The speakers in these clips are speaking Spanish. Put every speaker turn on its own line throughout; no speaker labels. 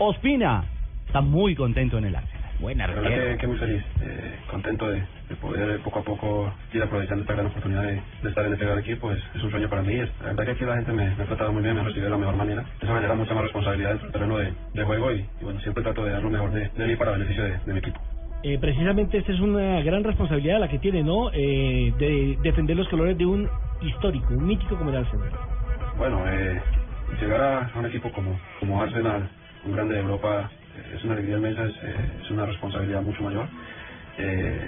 Ospina está muy contento en el Arsenal.
Buena,
La verdad
Rivero.
que, que muy feliz, eh, contento de, de poder eh, poco a poco ir aprovechando esta gran oportunidad de, de estar en este gran equipo. Es, es un sueño para mí. Es, la verdad que aquí la gente me, me ha tratado muy bien, me ha recibido de la mejor manera. Eso me da mucha más responsabilidad dentro del terreno de, de juego y, y bueno, siempre trato de dar lo mejor de, de mí para beneficio de, de mi equipo.
Eh, precisamente esta es una gran responsabilidad la que tiene, ¿no? Eh, de defender los colores de un histórico, un mítico como el Arsenal.
Bueno, eh, llegar a a un equipo como, como Arsenal, un grande de Europa, eh, es una alegría inmensa, es, eh, es una responsabilidad mucho mayor. Eh,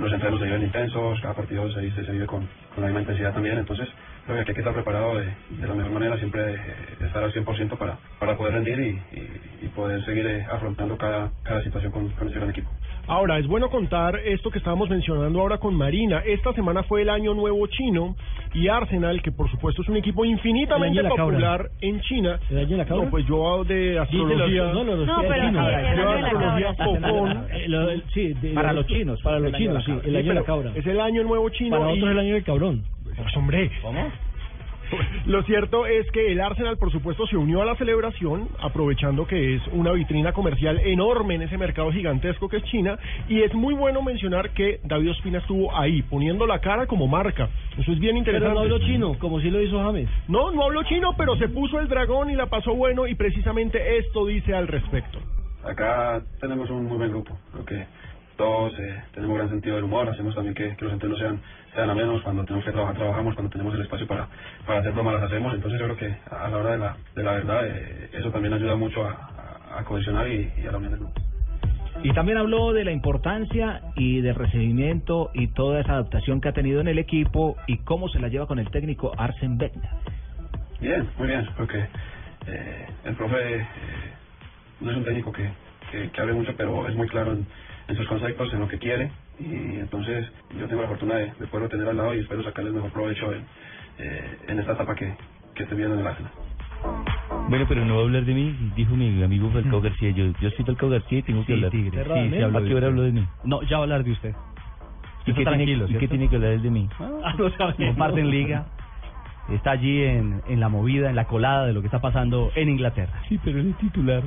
los entrenos se viven intensos, cada partido se, se, se vive con, con la misma intensidad también, entonces creo que hay que estar preparado de, de la mejor manera, siempre eh, estar al 100% para, para poder rendir y, y- y poder seguir eh, afrontando cada, cada situación con, con ese gran equipo.
Ahora, es bueno contar esto que estábamos mencionando ahora con Marina. Esta semana fue el año nuevo chino y Arsenal, que por supuesto es un equipo infinitamente
El año de la cabra.
popular en China.
¿El año de la cabra?
No, pues yo de astrología.
no, los-
No, pero
chinos.
sí, el año de la
astrología
cabra.
focón.
Eh, lo- el- sí, de-
Para los chinos,
Para los
el año de la
chinos, sí.
cabra.
El año de la
Sí,
cabra.
pero Es el año nuevo chino.
Para
y-
otros el año del cabrón.
Pues, hombre,
¿Cómo?
Lo cierto es que el Arsenal, por supuesto, se unió a la celebración, aprovechando que es una vitrina comercial enorme en ese mercado gigantesco que es China. Y es muy bueno mencionar que David Ospina estuvo ahí, poniendo la cara como marca. Eso es bien
Pero
interesante.
no habló chino, como sí lo hizo James.
No, no habló chino, pero se puso el dragón y la pasó bueno. Y precisamente esto dice al respecto.
Acá tenemos un muy buen grupo, creo que todos eh, tenemos gran sentido del humor, hacemos también que, que los entrenos sean, sean amenos, cuando tenemos que trabajar, trabajamos, cuando tenemos el espacio para, para hacer bromas, las hacemos, entonces yo creo que a la hora de la, de la verdad eh, eso también ayuda mucho a, a- a cohesionar y, y a la unión del grupo.
Y también habló de la importancia y del recibimiento y toda esa adaptación que ha tenido en el equipo y cómo se la lleva con el técnico Arsen Wenger.
Bien, muy bien, porque eh, el profe eh, no es un técnico que, que, que hable mucho, pero es muy claro en, en sus conceptos, en lo que quiere, y entonces yo tengo la fortuna de, de poderlo tener al lado y espero sacarle el mejor provecho en, eh, en esta etapa que, que estoy viendo en el Arsenal.
Bueno, pero no va a hablar de mí, dijo mi amigo Falcao García. Yo, yo soy Falcao García y tengo que
Sí,
hablar.
Tigre, Ah,
Cerrado,
Sí,
¿no?
sí, habló- ¿A qué hora habló de mí?
No, ya va a hablar de usted.
¿Y
Está
qué, tiene,
tranquilo,
y qué
¿cierto?
tiene que hablar él de mí?
Ah, no sabía. Comparten liga. Está allí en, en la movida, en la colada de lo que está pasando en Inglaterra.
Sí, pero él es titular.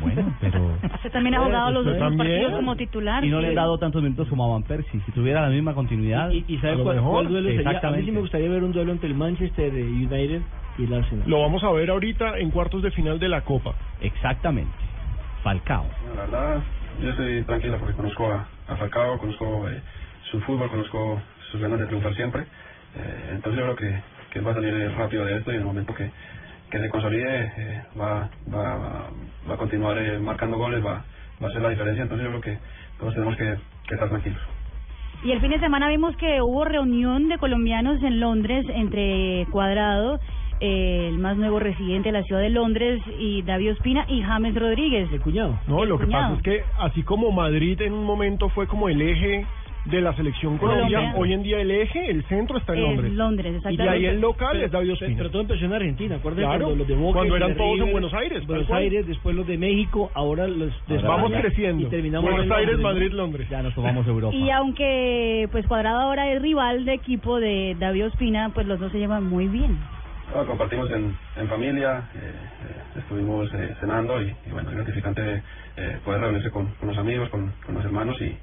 Bueno, pero...
Usted también ha jugado los últimos
También.
partidos como titular.
Y no le han
sí.
dado tantos minutos como a Van Persie. Si tuviera la misma continuidad.
¿Y, y
a
sabe
lo
cuál,
mejor,
cuál duelo sería? A mí sí
Exactamente.
me gustaría ver un duelo entre el Manchester eh, United y el Arsenal.
Lo vamos a ver ahorita en cuartos de final de la Copa.
Exactamente. Falcao.
Bueno, la verdad, yo estoy tranquila porque conozco a, a Falcao, conozco eh, su fútbol, conozco sus ganas de triunfar siempre. Eh, entonces yo creo que, que él va a salir rápido de esto y en el momento que, que se consolide eh, va, va, va a continuar eh, marcando goles, va, va a hacer la diferencia. Entonces yo creo que todos tenemos que, que estar tranquilos.
Y el fin de semana vimos que hubo reunión de colombianos en Londres entre Cuadrado, eh, el más nuevo residente de la ciudad de Londres, y David Ospina y James Rodríguez.
El cuñado.
No, lo que pasa
Cuñado.
es que así como Madrid en un momento fue como el eje de la selección
Colombia.
Colombia, hoy en día el eje, el centro está en
Es
Londres.
Londres,
y de ahí
exactamente.
el local
Pero-
es David Ospina.
Pero todo empezó en Argentina, acuérdense
Claro,
cuando los de Boca,
cuando
los
eran
de
todos en
River,
Buenos Aires, tal
Buenos
cual.
Aires, después los de México, ahora los de
Ahora vamos
España, Y
creciendo.
terminamos
Buenos
en
Aires, Madrid, Londres.
Ya nos tomamos Europa.
Y aunque pues Cuadrado ahora es rival de equipo de David Ospina, pues los dos se llevan muy bien.
Ah, compartimos en, en familia, eh, eh, estuvimos eh, cenando y, y bueno, es gratificante eh, poder reunirse con, con los amigos, con, con los hermanos y, y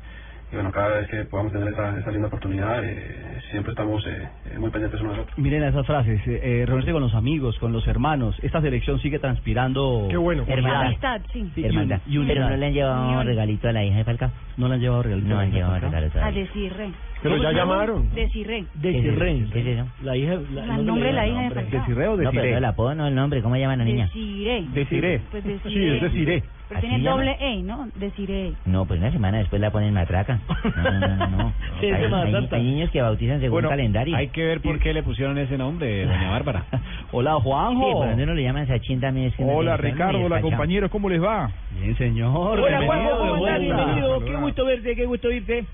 bueno, cada vez que podamos tener esta, esta linda oportunidad, eh, siempre estamos eh, eh, muy pendientes unos de otros.
Miren esas frases. Eh, eh, reunirse con los amigos, con los hermanos. Esta selección sigue transpirando.
Qué bueno.
hermandad.
Amistad, sí.
Sí, y un- y unidad.
Pero no le han
Ni
llevado
un-
regalito a la hija de Falcao.
No le han llevado regalos.
No han llevado regalos a
A Pues,
la hija.
Desirre.
Pero
¿Cómo
ya
se llama?
llamaron.
Desirre.
De
¿Qué es eso?
Sirren.
¿Qué es eso?
La hija,
El nombre de la hija de Falcao.
¿Desirreo o
No, pero
Desiree?
el apodo no el nombre. ¿Cómo llaman a la niña?
Desiré.
Desiré.
Pues
Sí,
Desiré.
es Desiree.
Pero
Así
tiene
llama.
doble E, ¿no? Desiré.
No, pues una semana después la ponen matraca. No, no, no. no.
Sí,
hay,
es de
hay-
Madrata.
hay niños que bautizan según calendario.
que ver por qué le pusieron ese nombre, doña Bárbara. Hola,
Sí,
Juanjo.
por donde no le llaman Sachín también es que no
Hola
tiene problema,
Ricardo, hola
despachado.
compañeros, ¿cómo les va?
Bien, señor.
Hola,
bienvenido
Juanjo,
de
¿cómo estás?
vuelta.
Bienvenido. Qué gusto verte, qué gusto irte.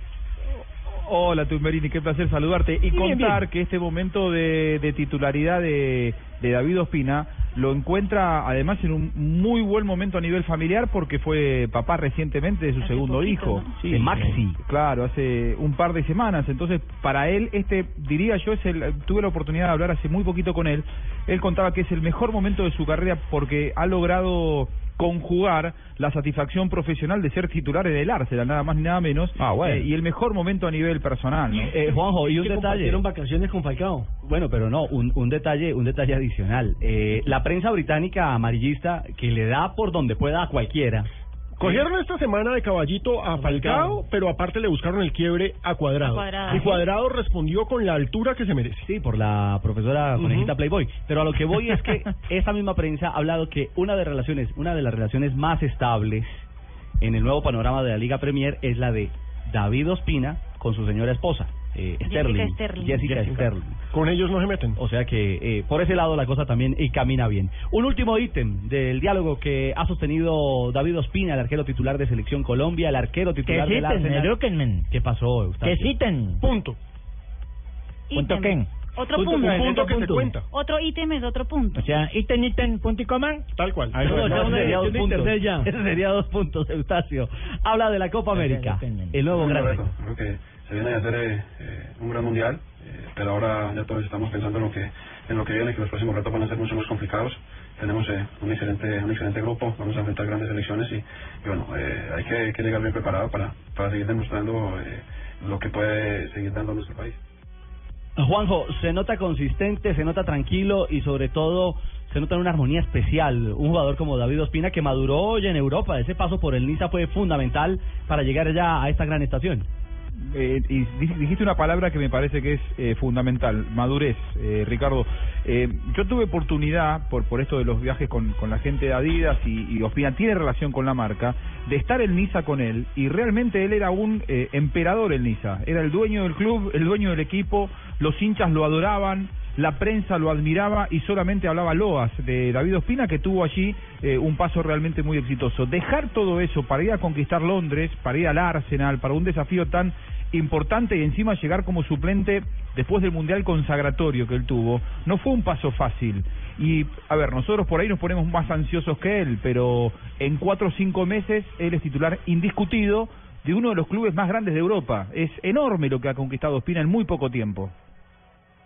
Hola Tumberini, qué placer saludarte y
Bien,
contar
bien.
que este momento de, de titularidad de, de David Ospina lo encuentra además en un muy buen momento a nivel familiar porque fue papá recientemente de su
Hace
segundo
poquito,
hijo.
¿no?
Sí, de Maxi.
Claro, hace un par de semanas. Entonces, para él, este, diría yo, es el, tuve la oportunidad de hablar hace muy poquito con él. Él contaba que es el mejor momento de su carrera porque ha logrado conjugar la satisfacción profesional de ser titular en el Arsenal, nada más ni nada menos,
Ah, bueno.
eh, y el mejor momento a nivel personal. ¿no?
Eh, Juanjo, y un
que
detalle.
compartieron vacaciones con Falcao.
Bueno, pero no, un, un detalle, un detalle adicional. Eh, la prensa británica amarillista que le da por donde pueda a cualquiera.
Cogieron esta semana de caballito a Falcao, pero aparte le buscaron el quiebre a Cuadrado.
A Cuadrado.
Y Cuadrado respondió con la altura que se merece.
Sí, por la profesora Conejita Playboy. Pero a lo que voy es que esa misma prensa ha hablado que una de relaciones, una de las relaciones más estables en el nuevo panorama de la Liga Premier es la de David Ospina con su señora esposa, eh,
Jessica
Sterling,
Sterling.
Jessica
Jessica.
Sterling.
Con ellos no se meten.
O sea que eh, por ese lado la cosa también eh, camina bien. Un último ítem del diálogo que ha sostenido David Ospina, el arquero titular de Selección Colombia, el arquero
Que
titular del
citen,
Arsenal.
edúquenme.
¿Qué pasó,
Que
Eustaquio?
citen.
Punto.
¿Punto
Ítem.
qué?
Otro
Punto,
punto.
un punto que se cuenta.
Otro ítem es otro punto.
O sea, ítem, ítem, punto y coma.
Tal cual.
No,
Tal
no,
cual.
ese sería dos
yo me
puntos.
intercedí ya.
Ese sería dos puntos, Eustacio. Habla de la Copa América. El nuevo
Un
gran
reto. Creo que se viene a hacer eh, eh, un gran mundial, eh, pero ahora ya todos estamos pensando en lo que en lo que viene, que los próximos retos van a ser mucho más complicados. Tenemos eh, un excelente un excelente grupo, vamos a enfrentar grandes elecciones y, y bueno, eh, hay que, que llegar bien preparado para, para seguir demostrando eh, lo que puede seguir dando nuestro país.
Juanjo, se nota consistente, se nota tranquilo y sobre todo se nota una armonía especial. Un jugador como David Ospina que maduró hoy en Europa. Ese paso por el Niza fue fundamental para llegar ya a esta gran estación.
Eh, y di- dijiste una palabra que me parece que es eh, fundamental, madurez, eh, Ricardo. Eh, yo tuve oportunidad, por, por esto de los viajes con, con la gente de Adidas y, y Ospina, tiene relación con la marca, de estar en Niza con él, y realmente él era un eh, emperador en Niza, era el dueño del club, el dueño del equipo, los hinchas lo adoraban, la prensa lo admiraba y solamente hablaba loas de David Ospina que tuvo allí eh, un paso realmente muy exitoso. Dejar todo eso para ir a conquistar Londres, para ir al Arsenal, para un desafío tan importante y encima llegar como suplente después del Mundial consagratorio que él tuvo, no fue un paso fácil. Y a ver, nosotros por ahí nos ponemos más ansiosos que él, pero en cuatro o cinco meses él es titular indiscutido de uno de los clubes más grandes de Europa. Es enorme lo que ha conquistado Ospina en muy poco tiempo.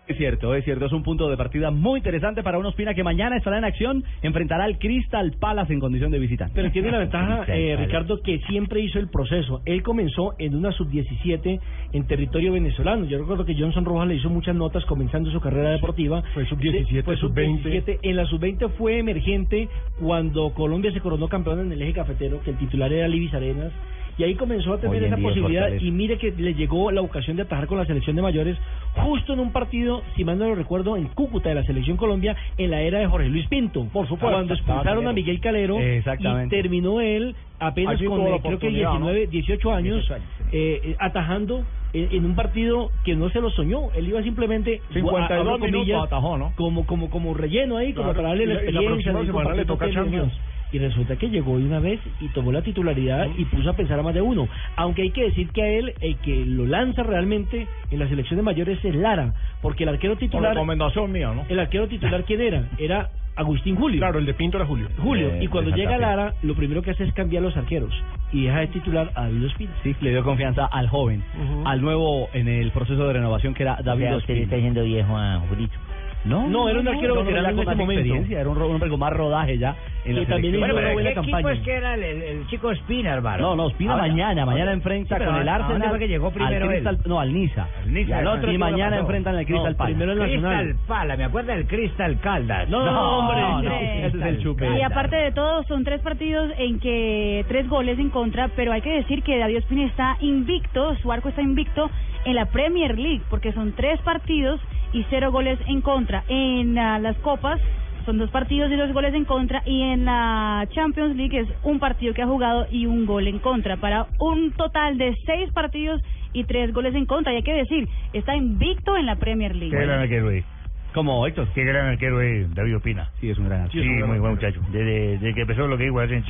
Es cierto, es cierto, es un punto de partida muy interesante para un Ospina que mañana estará en acción, enfrentará al Crystal Palace en condición de visitante.
Pero tiene la ventaja,
Sí,
eh,
claro.
Ricardo, que siempre hizo el proceso. Él comenzó en una sub-17 en territorio venezolano. Yo recuerdo que Johnson Rojas le hizo muchas notas comenzando su carrera deportiva.
Fue sub-17,
Fue
sub-20.
sub-17. En la sub-20 fue emergente cuando Colombia se coronó campeón en el eje cafetero, que el titular era Libis Arenas. Y ahí comenzó a tener
Hoy en
esa
día es
posibilidad
fortaleza.
y mire que le llegó la ocasión de atajar con la selección de mayores justo en un partido, si mal no lo recuerdo, en Cúcuta de la selección Colombia en la era de Jorge Luis Pinto. Por supuesto, cuando expulsaron a Miguel Calero y
Exactamente.
terminó él apenas
Allí
con
tuvo la
eh, creo que
oportunidad,
19, 18 años,
18 años, sí.
eh, eh, atajando en, en un partido que no se lo soñó. Él iba simplemente
52
abro
minutos atajó, ¿no?
Como, como, como relleno ahí, como
Claro,
para darle la
y la- y la
experiencia.
próxima
de ir
semana le
compartiendo
toca
con los
Champions.
demás. Y resulta que llegó de una vez y tomó la titularidad y puso a pensar a más de uno. Aunque hay que decir que a él, el que lo lanza realmente en la selección de mayores es Lara, porque el arquero titular,
recomendación mía, ¿no?
el arquero titular ¿quién era? Era Agustín Julio.
Claro, el de Pinto era Julio.
Julio,
Eh,
y cuando
de
llega
Santa Fe.
Lara, lo primero que hace es cambiar los arqueros y deja de titular a David Ospina.
Sí, le dio confianza al joven, al nuevo en el proceso de renovación que era
O
David
sea, usted le
Ospina.
está diciendo viejo a Julito.
No,
No, era un arquero veterano
era
en
con
ese
más
momento.
experiencia, era un, ro- un hombre con más rodaje ya en la
Que también
selección.
hizo una buena
¿qué
campaña.
equipo es que era el, el- el chico Espina, Álvaro?
No, no, Ospina
Ahora-
mañana, mañana
ahora- Sí,
enfrenta
pero
con el
¿a- a dónde
Arsenal.
fue que llegó primero
al
él?
Crystal, no, al Niza.
Al Niza,
Y al
el
otro
otro
y
equipo
mañana
lo pasó.
enfrentan al Crystal
No,
Palace.
primero el Nacional.
Cristal Pala, me acuerdo del Cristal Caldas.
No, hombre,
no,
no,
Cristal
ese es el chupe.
Caldas.
Y aparte de todo, son tres partidos en que tres goles en contra, pero hay que decir que David Ospina está invicto, su arco está invicto en la Premier League, porque son tres partidos y cero goles en contra. En ah, las copas son dos partidos y dos goles en contra, y en la Champions League es un partido que ha jugado y un gol en contra, para un total de seis partidos y tres goles en contra. Y hay que decir, está invicto en la Premier League.
Qué gran arquero es.
Como Héctor.
Qué gran arquero es David Opina.
Sí, es un gran arquero.
Sí, muy buen muchacho. Desde, desde que empezó lo que digo, hace